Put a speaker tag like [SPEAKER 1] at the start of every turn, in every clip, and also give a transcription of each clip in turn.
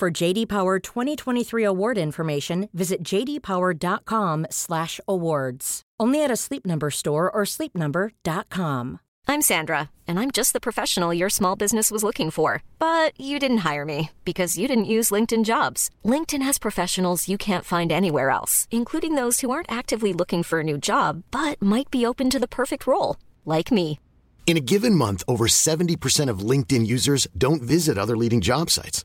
[SPEAKER 1] For JD Power 2023 award information, visit jdpower.com/awards. Only at a Sleep Number store or sleepnumber.com.
[SPEAKER 2] I'm Sandra, and I'm just the professional your small business was looking for. But you didn't hire me because you didn't use LinkedIn jobs. LinkedIn has professionals you can't find anywhere else, including those who aren't actively looking for a new job but might be open to the perfect role, like me.
[SPEAKER 3] In a given month, over 70% of LinkedIn users don't visit other leading job sites.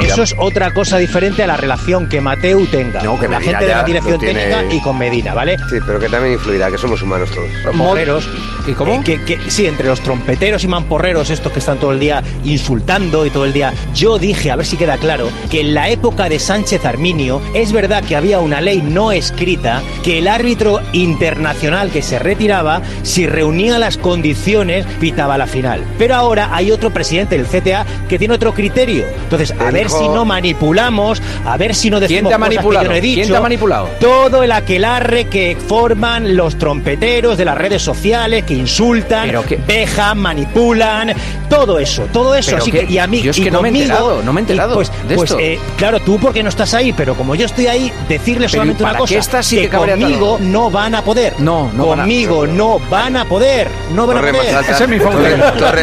[SPEAKER 4] Eso es otra cosa diferente a la relación que Mateu tenga
[SPEAKER 5] No, que
[SPEAKER 4] con la
[SPEAKER 5] Medina
[SPEAKER 4] gente de
[SPEAKER 5] ya
[SPEAKER 4] la dirección
[SPEAKER 5] lo tiene-
[SPEAKER 4] técnica y con Medina, ¿vale?
[SPEAKER 5] Sí, pero que también influirá, que somos humanos todos.
[SPEAKER 4] Moreros.
[SPEAKER 6] ¿Y cómo?
[SPEAKER 4] eh, que, que- sí, entre los trompeteros y mamporreros, estos que están todo el día insultando y todo el día. Yo dije, a ver si queda claro, que en la época de Sánchez Arminio es verdad que había una ley no escrita que el árbitro internacional que se retiraba, si reunía las condiciones, pitaba la final. Pero ahora hay otro presidente del CTA que tiene otro criterio. Entonces, a
[SPEAKER 5] Te
[SPEAKER 4] ver
[SPEAKER 5] dijo-
[SPEAKER 4] si no manipulamos, a ver si no
[SPEAKER 6] ¿Quién
[SPEAKER 4] decimos
[SPEAKER 6] te ha
[SPEAKER 4] cosas que yo
[SPEAKER 6] manipulado?
[SPEAKER 4] no he
[SPEAKER 6] ¿Quién te
[SPEAKER 4] dicho.
[SPEAKER 6] ha manipulado?
[SPEAKER 4] Todo el aquelarre que forman los trompeteros de las redes sociales, que insultan,
[SPEAKER 6] Pero que-
[SPEAKER 4] vejan, manipulan, todo eso, todo eso.
[SPEAKER 6] Pero
[SPEAKER 4] Así
[SPEAKER 6] que-
[SPEAKER 4] que, y a mí,
[SPEAKER 6] yo es
[SPEAKER 4] y
[SPEAKER 6] que no me he
[SPEAKER 4] conmigo-
[SPEAKER 6] enterado, no me he
[SPEAKER 4] y
[SPEAKER 6] enterado
[SPEAKER 4] Pues,
[SPEAKER 6] de
[SPEAKER 4] pues,
[SPEAKER 6] esto.
[SPEAKER 4] eh, claro, tú porque no estás ahí, pero como yo estoy ahí, decirle
[SPEAKER 6] Pero
[SPEAKER 4] solamente
[SPEAKER 6] ¿y
[SPEAKER 4] una
[SPEAKER 6] para
[SPEAKER 4] cosa:
[SPEAKER 6] qué estás si
[SPEAKER 4] que
[SPEAKER 6] te cabrea
[SPEAKER 4] conmigo
[SPEAKER 6] tanto?
[SPEAKER 4] no van a poder.
[SPEAKER 6] No, no van a-
[SPEAKER 4] Conmigo no van a poder. No van
[SPEAKER 5] Torre
[SPEAKER 4] a poder.
[SPEAKER 5] más alta.
[SPEAKER 6] Ese es mi
[SPEAKER 5] Torre,
[SPEAKER 6] favorito.
[SPEAKER 5] torre,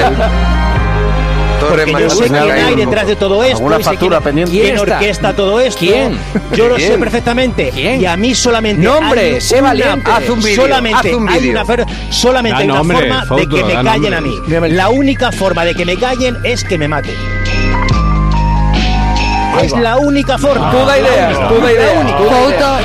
[SPEAKER 5] torre
[SPEAKER 4] Porque
[SPEAKER 5] más
[SPEAKER 4] yo sé
[SPEAKER 5] alta.
[SPEAKER 4] quién hay detrás de todo esto.
[SPEAKER 6] Alguna
[SPEAKER 4] y sé
[SPEAKER 6] factura
[SPEAKER 4] quién-
[SPEAKER 6] pendiente.
[SPEAKER 4] quién
[SPEAKER 6] ¿Quién está?
[SPEAKER 4] orquesta todo esto.
[SPEAKER 6] ¿Quién?
[SPEAKER 4] Yo lo
[SPEAKER 5] ¿Quién?
[SPEAKER 4] sé perfectamente.
[SPEAKER 6] ¿Quién?
[SPEAKER 4] Y a mí solamente.
[SPEAKER 6] Nombre,
[SPEAKER 4] hay
[SPEAKER 6] sé
[SPEAKER 4] una-
[SPEAKER 6] valiente.
[SPEAKER 5] Haz un vídeo,
[SPEAKER 4] Solamente
[SPEAKER 5] haz un
[SPEAKER 4] hay
[SPEAKER 5] vídeo.
[SPEAKER 4] una, fer- solamente
[SPEAKER 7] Da
[SPEAKER 4] hay una
[SPEAKER 7] nombre,
[SPEAKER 4] forma de
[SPEAKER 7] Fouto,
[SPEAKER 4] que me
[SPEAKER 7] da
[SPEAKER 4] callen a mí.
[SPEAKER 7] nombre.
[SPEAKER 4] La única forma de que me callen es que me maten. Es la única forma.
[SPEAKER 6] Tú da ideas, tú da ideas, tú da ideas.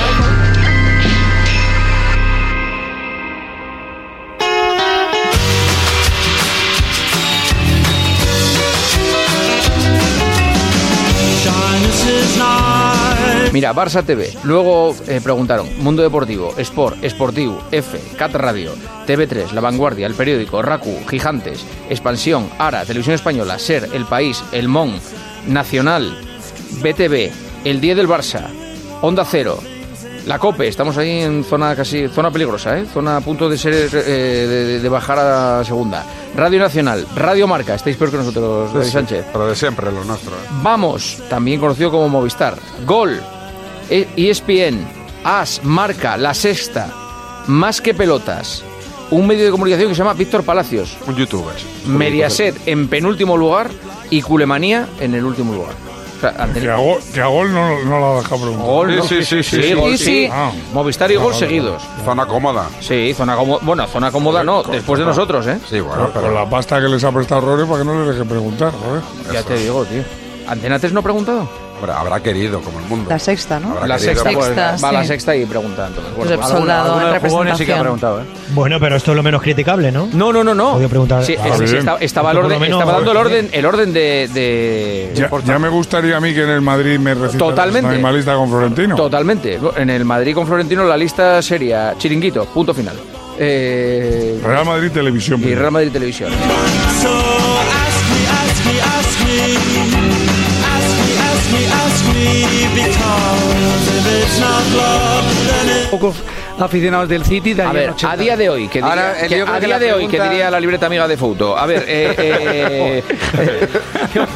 [SPEAKER 6] Mira, Barça TV. Luego eh, preguntaron Mundo Deportivo, Sport, Sportiu, F, Cat Radio, TV3, La Vanguardia, El Periódico, Raku, Gigantes, Expansión, Ara, Televisión Española, Ser, El País, El Mon, Nacional, BTV, El 10 del Barça, Onda Cero, La Cope. Estamos ahí en zona casi zona peligrosa, ¿eh? Zona a punto de ser eh, de, de bajar a segunda. Radio Nacional, Radio Marca. Estáis peor que nosotros, David Sánchez.
[SPEAKER 7] Pero de siempre, lo nuestro. ¿eh?
[SPEAKER 6] Vamos, también conocido como Movistar. Gol, E- ESPN, AS, Marca, La Sexta, Más que Pelotas. Un medio de comunicación que se llama Víctor Palacios.
[SPEAKER 7] Un youtuber.
[SPEAKER 6] Mediaset
[SPEAKER 7] pues,
[SPEAKER 6] en penúltimo lugar y Culemanía en el último lugar. O sea, han
[SPEAKER 8] Que
[SPEAKER 6] tenido
[SPEAKER 8] a, gol, que a gol no, no lo ha dejado preguntar.
[SPEAKER 6] gol, ¿no?
[SPEAKER 7] Sí, sí, sí, sí, sí, sí.
[SPEAKER 6] gol, sí.
[SPEAKER 8] Ah.
[SPEAKER 6] Movistar y gol
[SPEAKER 8] vale,
[SPEAKER 6] seguidos.
[SPEAKER 7] Zona cómoda.
[SPEAKER 6] Sí, zona cómoda. Bueno, zona cómoda no, después de nosotros, ¿eh?
[SPEAKER 7] Sí,
[SPEAKER 8] Pero,
[SPEAKER 9] Ah,
[SPEAKER 7] bueno,
[SPEAKER 8] pero
[SPEAKER 7] pero
[SPEAKER 8] la pasta que les ha prestado Rory para que no les deje preguntar, joder.
[SPEAKER 6] Ya te digo, tío. ¿Antena 3 no ha preguntado?
[SPEAKER 7] habrá, habrá querido, como el mundo.
[SPEAKER 10] La sexta, ¿no?
[SPEAKER 7] Habrá
[SPEAKER 6] La
[SPEAKER 7] querido,
[SPEAKER 6] sexta,
[SPEAKER 7] pues,
[SPEAKER 6] pues,
[SPEAKER 10] Sexta,
[SPEAKER 6] va la
[SPEAKER 10] sí.
[SPEAKER 6] sexta y pregunta. Entonces, bueno, pues
[SPEAKER 10] Josep Soldado en representación.
[SPEAKER 6] ¿eh?
[SPEAKER 4] Bueno, pero esto es lo menos criticable, ¿no?
[SPEAKER 6] No, no, no, no.
[SPEAKER 4] Podía preguntar-
[SPEAKER 6] Sí,
[SPEAKER 8] Ah,
[SPEAKER 6] es-
[SPEAKER 8] bien.
[SPEAKER 6] sí, estaba, estaba el
[SPEAKER 4] Por lo
[SPEAKER 6] orden-
[SPEAKER 4] menos-
[SPEAKER 6] estaba dando el orden, el orden de. de-
[SPEAKER 8] Ya, ya me gustaría a mí que en el Madrid me recitaras
[SPEAKER 6] Totalmente.
[SPEAKER 8] animalista con Florentino.
[SPEAKER 6] Totalmente. En el Madrid con Florentino la lista sería Chiringuito, punto final. Eh,
[SPEAKER 8] Real Madrid Televisión.
[SPEAKER 6] y Real Madrid Televisión.
[SPEAKER 9] Pocos aficionados del City
[SPEAKER 6] A ver, a día de hoy, que diría,
[SPEAKER 5] Ahora, el-
[SPEAKER 6] que
[SPEAKER 5] yo creo
[SPEAKER 6] a
[SPEAKER 5] que
[SPEAKER 6] día
[SPEAKER 5] la
[SPEAKER 6] de hoy, que
[SPEAKER 5] pregunta-
[SPEAKER 6] diría la libreta amiga de Fouto. A ver, eh, eh, eh,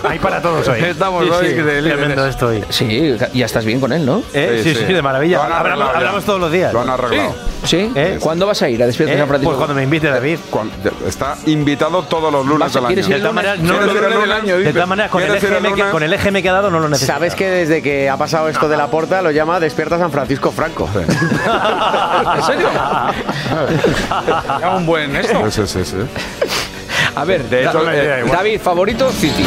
[SPEAKER 9] Hay para todos hoy.
[SPEAKER 7] Estamos
[SPEAKER 9] Sí,
[SPEAKER 7] hoy
[SPEAKER 9] sí.
[SPEAKER 7] de líderes.
[SPEAKER 9] Tremendo esto hoy.
[SPEAKER 6] sí, ya estás bien con él, ¿no?
[SPEAKER 9] Eh, sí, sí, de
[SPEAKER 7] Lo
[SPEAKER 9] maravilla.
[SPEAKER 7] han
[SPEAKER 9] Hablamos,
[SPEAKER 7] arreglado ya.
[SPEAKER 9] hablamos todos los días.
[SPEAKER 7] Lo han arreglado.
[SPEAKER 6] Sí.
[SPEAKER 9] Eh.
[SPEAKER 6] ¿Cuándo vas a ir a Despierta
[SPEAKER 9] Eh,
[SPEAKER 6] San Francisco?
[SPEAKER 9] pues cuando me invite David.
[SPEAKER 7] Cuan- Está invitado todos los lunes
[SPEAKER 6] Vas a-
[SPEAKER 7] del
[SPEAKER 6] ¿quieres
[SPEAKER 9] De
[SPEAKER 7] año.
[SPEAKER 6] lunes?
[SPEAKER 9] todas maneras, no,
[SPEAKER 7] ¿Quieres
[SPEAKER 9] no,
[SPEAKER 7] ir
[SPEAKER 9] no,
[SPEAKER 7] el
[SPEAKER 9] no,
[SPEAKER 7] lunes?
[SPEAKER 9] no, de todas maneras, con el,
[SPEAKER 7] ¿Quieres ir el
[SPEAKER 9] EGM que,
[SPEAKER 7] lunes?
[SPEAKER 9] con el EGM que ha dado no lo necesito.
[SPEAKER 5] Sabes que desde que ha pasado esto de la porta lo llama Despierta San Francisco Franco.
[SPEAKER 6] ¿En serio?
[SPEAKER 7] Sí, sí, sí. sí.
[SPEAKER 6] A ver,
[SPEAKER 11] De hecho,
[SPEAKER 6] Da-
[SPEAKER 11] me da igual.
[SPEAKER 6] David, favorito, City.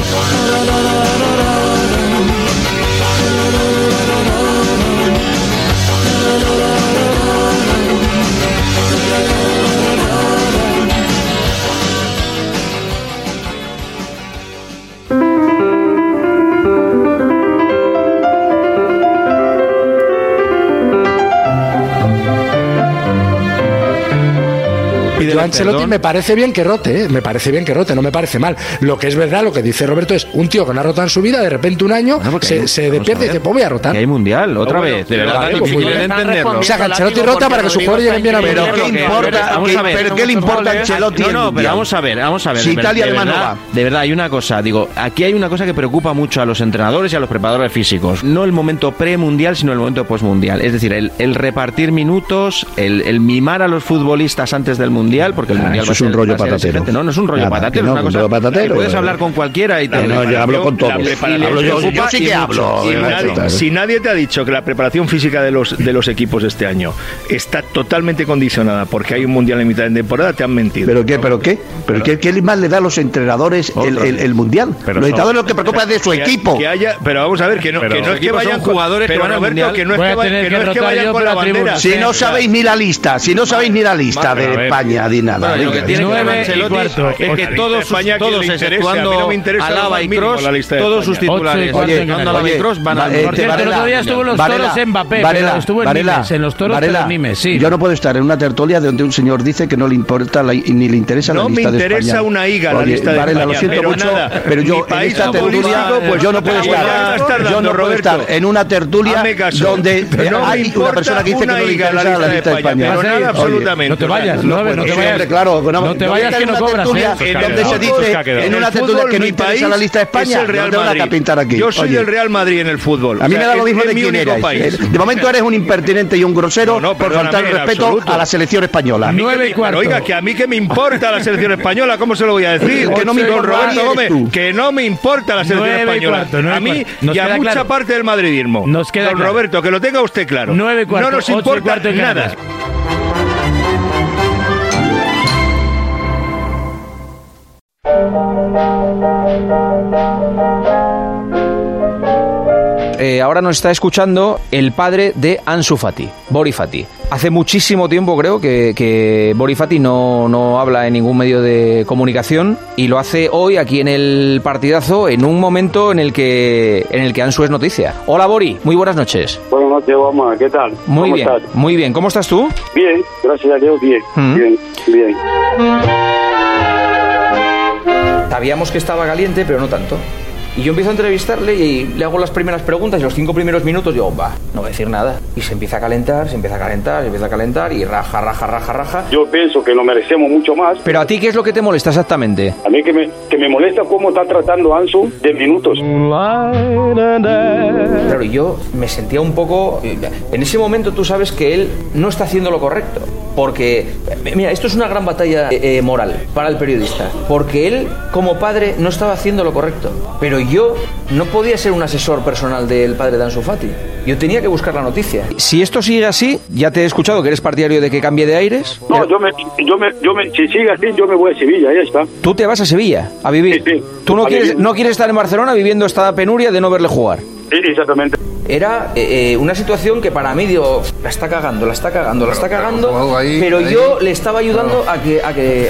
[SPEAKER 12] Yo a Ancelotti
[SPEAKER 3] perdón.
[SPEAKER 12] me parece bien que rote, ¿eh? me parece bien que rote, no me parece mal. Lo que es verdad, lo que dice Roberto es un tío que no ha rotado en su vida, de repente un año se, se despierta y dice, pues voy a rotar.
[SPEAKER 3] Que hay mundial, otra
[SPEAKER 12] bueno,
[SPEAKER 3] vez. De
[SPEAKER 12] pero
[SPEAKER 3] verdad,
[SPEAKER 12] vale,
[SPEAKER 3] tan
[SPEAKER 12] pues muy
[SPEAKER 3] difícil de
[SPEAKER 12] bien.
[SPEAKER 3] entenderlo.
[SPEAKER 12] O sea, que Ancelotti rota para que sus jugadores lleguen bien a
[SPEAKER 3] Pero ¿qué importa?
[SPEAKER 12] Vamos a ver.
[SPEAKER 3] ¿Pero qué le importa a Ancelotti?
[SPEAKER 12] No,
[SPEAKER 3] el
[SPEAKER 12] no, pero
[SPEAKER 3] Mundial?
[SPEAKER 12] vamos a ver, vamos a ver,
[SPEAKER 3] Si
[SPEAKER 12] de ver-
[SPEAKER 3] Italia
[SPEAKER 12] de
[SPEAKER 3] además no
[SPEAKER 12] verdad-
[SPEAKER 3] va. De verdad, hay una cosa, digo, aquí hay una cosa que preocupa mucho a los entrenadores y a los preparadores físicos. No el momento premundial, sino el momento postmundial. Es decir, el, el repartir minutos, el, el mimar a los futbolistas antes del mundial, porque el
[SPEAKER 13] Ah,
[SPEAKER 3] mundial
[SPEAKER 13] eso
[SPEAKER 3] va a
[SPEAKER 13] es
[SPEAKER 3] ser-
[SPEAKER 13] un rollo
[SPEAKER 3] va a ser
[SPEAKER 13] patatero.
[SPEAKER 3] exigente. No, no es un rollo
[SPEAKER 13] Nada,
[SPEAKER 3] patatero,
[SPEAKER 13] que
[SPEAKER 3] es
[SPEAKER 13] no,
[SPEAKER 3] una
[SPEAKER 13] un
[SPEAKER 3] cosa.
[SPEAKER 13] rollo patatero,
[SPEAKER 3] puedes
[SPEAKER 13] eh.
[SPEAKER 3] hablar con cualquiera y te.
[SPEAKER 13] No, no, yo hablo con todos. Hablo yo- yo sí que hablo, eh,
[SPEAKER 3] Y
[SPEAKER 13] de
[SPEAKER 3] nadie-
[SPEAKER 13] verdad.
[SPEAKER 3] si
[SPEAKER 4] Si nadie te ha dicho que la preparación física de los, de los equipos este año está totalmente condicionada porque hay un mundial en mitad de temporada, te han mentido.
[SPEAKER 13] ¿Pero qué? ¿Pero qué? ¿Pero qué, qué más le da a los entrenadores el, el- el mundial?
[SPEAKER 4] Pero
[SPEAKER 13] los
[SPEAKER 4] no.
[SPEAKER 13] entrenadores lo que preocupa es de su
[SPEAKER 4] Que-
[SPEAKER 13] equipo.
[SPEAKER 4] que haya- pero vamos a ver, que no,
[SPEAKER 13] Pero
[SPEAKER 4] que no
[SPEAKER 13] los
[SPEAKER 4] es que
[SPEAKER 13] equipos
[SPEAKER 4] vayan
[SPEAKER 13] son
[SPEAKER 4] con-
[SPEAKER 13] jugadores que
[SPEAKER 4] pero
[SPEAKER 13] van al
[SPEAKER 4] Roberto,
[SPEAKER 13] Mundial.
[SPEAKER 4] que no es
[SPEAKER 13] Voy
[SPEAKER 4] que,
[SPEAKER 13] a
[SPEAKER 4] vayan-
[SPEAKER 13] tener
[SPEAKER 4] que no
[SPEAKER 13] que
[SPEAKER 4] es que
[SPEAKER 13] rotar
[SPEAKER 4] vayan
[SPEAKER 13] yo
[SPEAKER 4] con
[SPEAKER 13] por
[SPEAKER 4] la
[SPEAKER 13] la
[SPEAKER 4] bandera.
[SPEAKER 13] tribuna. Si no sabéis ni la lista, si no sabéis ni la lista de España, ni nada.
[SPEAKER 3] Bueno, lo que
[SPEAKER 13] venga.
[SPEAKER 3] tiene que ver Ancelotti es que todos, sus-
[SPEAKER 4] España, ¿a quién
[SPEAKER 3] todos
[SPEAKER 4] le interesa?
[SPEAKER 3] exceptuando
[SPEAKER 4] A mí no me
[SPEAKER 3] a
[SPEAKER 4] interesa lo
[SPEAKER 3] Alaba
[SPEAKER 4] más
[SPEAKER 3] y
[SPEAKER 4] mínimo
[SPEAKER 3] Cross,
[SPEAKER 4] la lista de
[SPEAKER 3] todos
[SPEAKER 4] España.
[SPEAKER 3] sus titulares.
[SPEAKER 8] Ocho y cuarto en
[SPEAKER 3] exceptuando a Alaba y
[SPEAKER 8] Canarias.
[SPEAKER 3] Cross van a...
[SPEAKER 8] Va- eh,
[SPEAKER 3] Por cierto,
[SPEAKER 8] el otro día estuvo en los toros en Mbappé, pero estuvo en Nimes, en los toros
[SPEAKER 13] Varela,
[SPEAKER 8] pero en Nimes, sí.
[SPEAKER 13] Yo no puedo estar en una tertulia donde un señor dice que no le importa la- ni le interesa
[SPEAKER 4] No
[SPEAKER 13] la
[SPEAKER 4] me
[SPEAKER 13] lista de
[SPEAKER 4] interesa
[SPEAKER 13] España.
[SPEAKER 4] una higa la
[SPEAKER 13] Oye,
[SPEAKER 4] lista de
[SPEAKER 13] Varela,
[SPEAKER 4] España,
[SPEAKER 13] lo siento
[SPEAKER 4] pero
[SPEAKER 13] mucho,
[SPEAKER 4] nada.
[SPEAKER 13] pero
[SPEAKER 4] Mi
[SPEAKER 13] yo en
[SPEAKER 4] país
[SPEAKER 13] esta tertulia
[SPEAKER 4] futbolístico, pues,
[SPEAKER 13] yo no puedo
[SPEAKER 4] pues, ya estás
[SPEAKER 13] estar,
[SPEAKER 4] tardando,
[SPEAKER 13] yo no puedo
[SPEAKER 4] Roberto.
[SPEAKER 13] estar en una tertulia
[SPEAKER 4] Hazme caso.
[SPEAKER 13] donde eh,
[SPEAKER 4] No me
[SPEAKER 13] hay una
[SPEAKER 4] importa
[SPEAKER 13] persona que dice que
[SPEAKER 4] una
[SPEAKER 13] no le
[SPEAKER 4] higa
[SPEAKER 13] interesa la lista de España.
[SPEAKER 4] pero nada,
[SPEAKER 13] Oye,
[SPEAKER 4] absolutamente.
[SPEAKER 13] no te vayas, no, no te
[SPEAKER 4] puedo.
[SPEAKER 13] vayas. Claro, no,
[SPEAKER 4] No te
[SPEAKER 13] yo voy a
[SPEAKER 4] vayas,
[SPEAKER 13] estar
[SPEAKER 4] que
[SPEAKER 13] en
[SPEAKER 4] no
[SPEAKER 13] una
[SPEAKER 4] cobras, ¿eh?
[SPEAKER 13] tertulia
[SPEAKER 4] Eso es que ha
[SPEAKER 13] Donde se
[SPEAKER 4] quedado. Eso es que ha
[SPEAKER 13] dice
[SPEAKER 4] quedado.
[SPEAKER 13] en una
[SPEAKER 4] El
[SPEAKER 13] tertulia
[SPEAKER 4] fútbol,
[SPEAKER 13] que no
[SPEAKER 4] mi
[SPEAKER 13] interesa
[SPEAKER 4] país,
[SPEAKER 13] la lista de España,
[SPEAKER 4] es el Real
[SPEAKER 13] no te van a
[SPEAKER 4] Madrid.
[SPEAKER 13] pintar aquí.
[SPEAKER 4] Yo soy
[SPEAKER 13] Oye.
[SPEAKER 4] del Real Madrid en el fútbol.
[SPEAKER 13] A mí
[SPEAKER 4] O
[SPEAKER 13] me
[SPEAKER 4] sea,
[SPEAKER 13] da lo
[SPEAKER 4] es-
[SPEAKER 13] mismo
[SPEAKER 4] es
[SPEAKER 13] de
[SPEAKER 4] mi
[SPEAKER 13] quién
[SPEAKER 4] único
[SPEAKER 13] eres.
[SPEAKER 4] país.
[SPEAKER 13] De momento eres un impertinente y un grosero por faltar
[SPEAKER 4] perdóname,
[SPEAKER 13] el
[SPEAKER 4] en
[SPEAKER 13] respeto
[SPEAKER 4] absoluto.
[SPEAKER 13] a la selección española.
[SPEAKER 4] A mí que me- Oiga, que a mí que me importa la selección española, ¿cómo se lo voy a decir?
[SPEAKER 13] Que no me
[SPEAKER 4] Don
[SPEAKER 13] importa
[SPEAKER 4] Roberto
[SPEAKER 13] nadie,
[SPEAKER 4] Gómez,
[SPEAKER 13] tú.
[SPEAKER 4] que no me importa la selección
[SPEAKER 8] Nueve y
[SPEAKER 4] española.
[SPEAKER 8] cuarto, nueve
[SPEAKER 4] a
[SPEAKER 8] y
[SPEAKER 4] mí
[SPEAKER 8] cuarto. Nos
[SPEAKER 4] y a
[SPEAKER 8] queda
[SPEAKER 4] mucha
[SPEAKER 8] claro.
[SPEAKER 4] parte del madridismo.
[SPEAKER 8] Nos queda
[SPEAKER 4] Don
[SPEAKER 8] claro.
[SPEAKER 4] Roberto, que lo tenga usted claro.
[SPEAKER 8] Nueve y cuarto,
[SPEAKER 4] no nos
[SPEAKER 8] ocho y
[SPEAKER 4] importa
[SPEAKER 8] cuarto en
[SPEAKER 4] nada.
[SPEAKER 8] Canarias.
[SPEAKER 6] Eh, ahora nos está escuchando el padre de Ansu Fati, Bori Fati. Hace muchísimo tiempo creo que, que Bori Fati no, no habla en ningún medio de comunicación y lo hace hoy aquí en el partidazo en un momento en el que, en el que Ansu es noticia. Hola Bori, muy buenas noches.
[SPEAKER 14] Buenas noches, Guama, ¿qué tal?
[SPEAKER 6] Muy
[SPEAKER 14] ¿Cómo
[SPEAKER 6] bien,
[SPEAKER 14] estás?
[SPEAKER 6] muy bien. ¿Cómo estás tú?
[SPEAKER 14] Bien, gracias a Dios, bien,
[SPEAKER 6] Mm.
[SPEAKER 14] bien, bien.
[SPEAKER 6] Sabíamos que estaba caliente, pero no tanto. Y yo empiezo a entrevistarle y le hago las primeras preguntas y los cinco primeros minutos yo, va, no voy a decir nada. Y se empieza a calentar, se empieza a calentar, se empieza a calentar y raja, raja, raja, raja.
[SPEAKER 14] Yo pienso que lo merecemos mucho más.
[SPEAKER 6] Pero a ti, ¿qué es lo que te molesta exactamente?
[SPEAKER 14] A mí que me, que me molesta cómo está tratando Ansu de minutos.
[SPEAKER 6] Claro, y yo me sentía un poco... En ese momento tú sabes que él no está haciendo lo correcto. Porque, mira, esto es una gran batalla eh, eh, moral para el periodista. Porque él, como padre, no estaba haciendo lo correcto. Pero yo no podía ser un asesor personal del padre de Ansu Fati. Yo tenía que buscar la noticia. Si esto sigue así, ya te he escuchado que eres partidario de que cambie de aires.
[SPEAKER 14] No, yo me, yo me, yo me, si sigue así, yo me voy a Sevilla, ya está.
[SPEAKER 6] Tú te vas a Sevilla a vivir. Tú no
[SPEAKER 14] a
[SPEAKER 6] quieres,
[SPEAKER 14] vivir.
[SPEAKER 6] no quieres estar en Barcelona viviendo esta penuria de no verle jugar.
[SPEAKER 14] Exactamente.
[SPEAKER 6] Era eh, eh, una situación que para mí, digo, la está cagando, la está cagando, la está cagando, pero
[SPEAKER 15] ahí.
[SPEAKER 6] yo le estaba ayudando a que... A que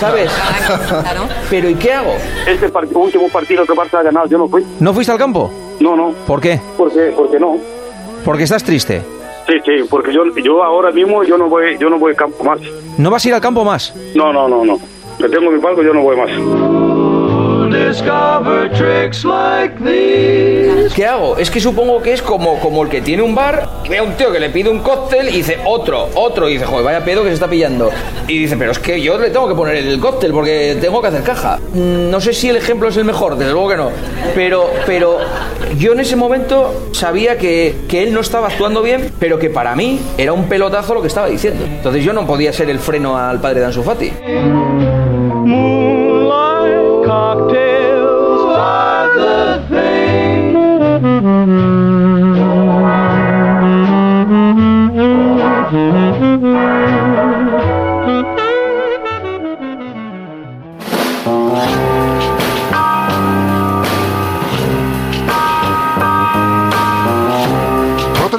[SPEAKER 6] ¿Sabes? Pero ¿y qué hago?
[SPEAKER 14] Este part- último partido que Barça ha ganado, yo no fui.
[SPEAKER 6] ¿No fuiste al campo?
[SPEAKER 14] No, no.
[SPEAKER 6] ¿Por qué?
[SPEAKER 14] Porque, porque no.
[SPEAKER 6] Porque estás triste.
[SPEAKER 14] Sí, sí, porque yo, yo ahora mismo yo no voy, yo no voy campo más.
[SPEAKER 6] ¿No vas a ir al campo más?
[SPEAKER 14] No, no, no, no. Que tengo mi palco, yo no voy más.
[SPEAKER 6] ¿Qué hago? Es que supongo que es como, como el que tiene un bar, que ve a un tío que le pide un cóctel y dice otro, otro, y dice, joder, vaya pedo que se está pillando. Y dice, pero es que yo le tengo que poner el cóctel porque tengo que hacer caja. Mm, No sé si el ejemplo es el mejor, desde luego que no. Pero, pero yo en ese momento sabía que, que él no estaba actuando bien, pero que para mí era un pelotazo lo que estaba diciendo. Entonces yo no podía ser el freno al padre de Ansu Fati.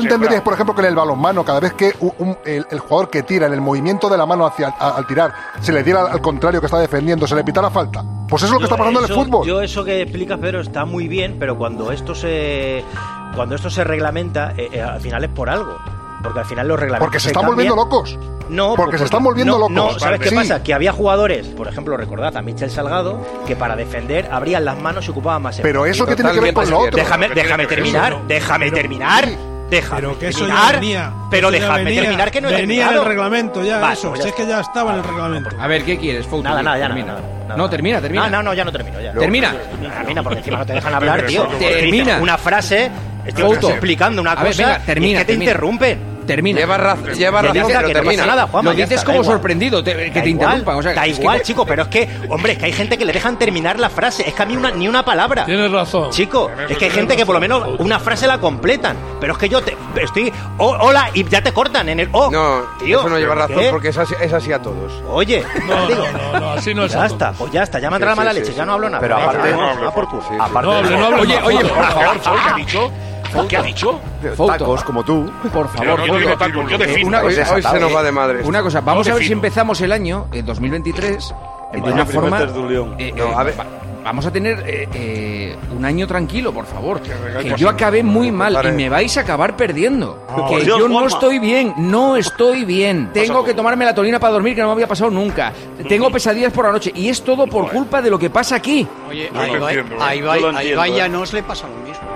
[SPEAKER 16] entenderías, por ejemplo, que en el balonmano, cada vez que un- un- el, el jugador que tira, en el movimiento de la mano hacia a- al tirar, se le diera al contrario que está defendiendo, se le pitara falta? Pues eso es lo que está pasando en el
[SPEAKER 4] Yo eso-
[SPEAKER 16] fútbol.
[SPEAKER 4] Yo eso que explicas, Pedro, está muy bien, pero cuando esto se cuando esto se reglamenta, eh, eh, al final es por algo. Porque al final los reglamentos.
[SPEAKER 16] Porque se están
[SPEAKER 4] cambian.
[SPEAKER 16] volviendo locos.
[SPEAKER 4] No,
[SPEAKER 16] Porque se están volviendo
[SPEAKER 4] no,
[SPEAKER 16] locos.
[SPEAKER 4] No, ¿sabes qué
[SPEAKER 16] Sí.
[SPEAKER 4] pasa? Que había jugadores, por ejemplo, recordad a Michel Salgado, que para defender abrían las manos y ocupaban más.
[SPEAKER 16] Pero
[SPEAKER 4] espacio.
[SPEAKER 16] eso qué tiene que ver con lo otro.
[SPEAKER 4] Déjame, déjame terminar, déjame terminar. Déjame
[SPEAKER 8] Pero que eso ya
[SPEAKER 4] terminar,
[SPEAKER 8] venía,
[SPEAKER 4] pero
[SPEAKER 8] eso ya
[SPEAKER 4] déjame
[SPEAKER 8] venía,
[SPEAKER 4] terminar que no he
[SPEAKER 8] Venía en
[SPEAKER 4] terminado.
[SPEAKER 8] el reglamento ya,
[SPEAKER 4] Vale,
[SPEAKER 8] eso.
[SPEAKER 4] pues
[SPEAKER 8] si
[SPEAKER 4] ya
[SPEAKER 8] es que ya estaba en el reglamento.
[SPEAKER 6] A ver, ¿qué quieres, Fouto?
[SPEAKER 4] Nada, nada, ya
[SPEAKER 6] Termina.
[SPEAKER 4] nada,
[SPEAKER 6] No, termina, termina.
[SPEAKER 4] No, no, no, ya no termino. Ya.
[SPEAKER 6] Termina.
[SPEAKER 4] Termina, porque encima no te dejan hablar, tío.
[SPEAKER 6] Termina.
[SPEAKER 4] Dices Una frase, estoy
[SPEAKER 6] Fouto.
[SPEAKER 4] explicando una
[SPEAKER 6] A
[SPEAKER 4] cosa
[SPEAKER 6] ver, venga, termina,
[SPEAKER 4] y es que te
[SPEAKER 6] termina.
[SPEAKER 4] interrumpen.
[SPEAKER 6] Termina. Lleva raz- lleva
[SPEAKER 4] Que ya
[SPEAKER 6] razón,
[SPEAKER 4] está,
[SPEAKER 6] pero
[SPEAKER 4] que
[SPEAKER 6] termina.
[SPEAKER 4] No pasa nada, Juanma,
[SPEAKER 6] Lo
[SPEAKER 4] ya
[SPEAKER 6] dices
[SPEAKER 4] está,
[SPEAKER 6] como
[SPEAKER 4] da igual.
[SPEAKER 6] sorprendido, te- que
[SPEAKER 4] Da
[SPEAKER 6] te
[SPEAKER 4] igual,
[SPEAKER 6] interrumpan, o sea,
[SPEAKER 4] da
[SPEAKER 6] es que-
[SPEAKER 4] igual, chico, pero es que, hombre, es que hay gente que le dejan terminar la frase. Es que a mí una- ni una palabra. Tienes razón. Chico, es que hay gente que por lo menos una frase la completan. Pero es que yo te, estoy. oh, hola, y ya te cortan en el. Oh, no, tío.
[SPEAKER 13] Eso no lleva
[SPEAKER 4] ¿pero
[SPEAKER 13] razón
[SPEAKER 4] qué?
[SPEAKER 13] porque es así, es así a todos.
[SPEAKER 4] Oye,
[SPEAKER 13] No,
[SPEAKER 4] digo,
[SPEAKER 13] no, no, así no es
[SPEAKER 4] Ya
[SPEAKER 13] a todos.
[SPEAKER 4] está, pues ya está, ya me entrará
[SPEAKER 13] Sí,
[SPEAKER 4] mala
[SPEAKER 13] sí,
[SPEAKER 4] leche,
[SPEAKER 13] sí,
[SPEAKER 4] ya no
[SPEAKER 13] sí.
[SPEAKER 4] hablo nada.
[SPEAKER 13] Pero
[SPEAKER 4] Ya,
[SPEAKER 13] aparte-
[SPEAKER 4] vamos,
[SPEAKER 13] no hable,
[SPEAKER 4] va por culo.
[SPEAKER 13] Aparte- No hable, no hable,
[SPEAKER 4] Oye,
[SPEAKER 13] por
[SPEAKER 4] oye,
[SPEAKER 13] favor, por favor, Foy, ¿qué ha dicho? Foy, ¿qué ha dicho?
[SPEAKER 6] Tacos
[SPEAKER 17] como tú.
[SPEAKER 6] Por favor, eh,
[SPEAKER 13] Yo no digo tacos, yo defino.
[SPEAKER 6] Una
[SPEAKER 13] Hoy
[SPEAKER 6] cosa-
[SPEAKER 13] se- hoy se nos va de madre.
[SPEAKER 6] Una cosa,
[SPEAKER 13] Yo
[SPEAKER 6] vamos a ver
[SPEAKER 13] defino.
[SPEAKER 6] si empezamos el año, en 2023, eh, de
[SPEAKER 13] Vaya
[SPEAKER 6] una
[SPEAKER 13] primer
[SPEAKER 6] forma.
[SPEAKER 13] test de un león.
[SPEAKER 6] eh,
[SPEAKER 13] No,
[SPEAKER 6] eh,
[SPEAKER 13] a ver.
[SPEAKER 6] va- Vamos a tener eh, eh, un año tranquilo, por favor. Que
[SPEAKER 13] por
[SPEAKER 6] yo
[SPEAKER 13] favor.
[SPEAKER 6] acabé muy mal y
[SPEAKER 13] Vale.
[SPEAKER 6] me vais a acabar perdiendo.
[SPEAKER 13] Ah,
[SPEAKER 6] Que
[SPEAKER 13] por
[SPEAKER 6] yo
[SPEAKER 13] Dios,
[SPEAKER 6] no
[SPEAKER 13] Juanma.
[SPEAKER 6] estoy bien, no estoy bien. Tengo que tomar melatonina para dormir, que no me había pasado nunca.
[SPEAKER 13] Mm.
[SPEAKER 6] Tengo pesadillas por la noche y es todo por culpa de lo que pasa aquí.
[SPEAKER 18] Oye,
[SPEAKER 6] Yo
[SPEAKER 18] ahí
[SPEAKER 6] lo
[SPEAKER 18] va,
[SPEAKER 6] entiendo, ¿eh?
[SPEAKER 18] ahí
[SPEAKER 6] Yo lo
[SPEAKER 18] va, ahí
[SPEAKER 6] entiendo,
[SPEAKER 18] va,
[SPEAKER 6] ¿eh?
[SPEAKER 18] ya no os le pasa lo mismo.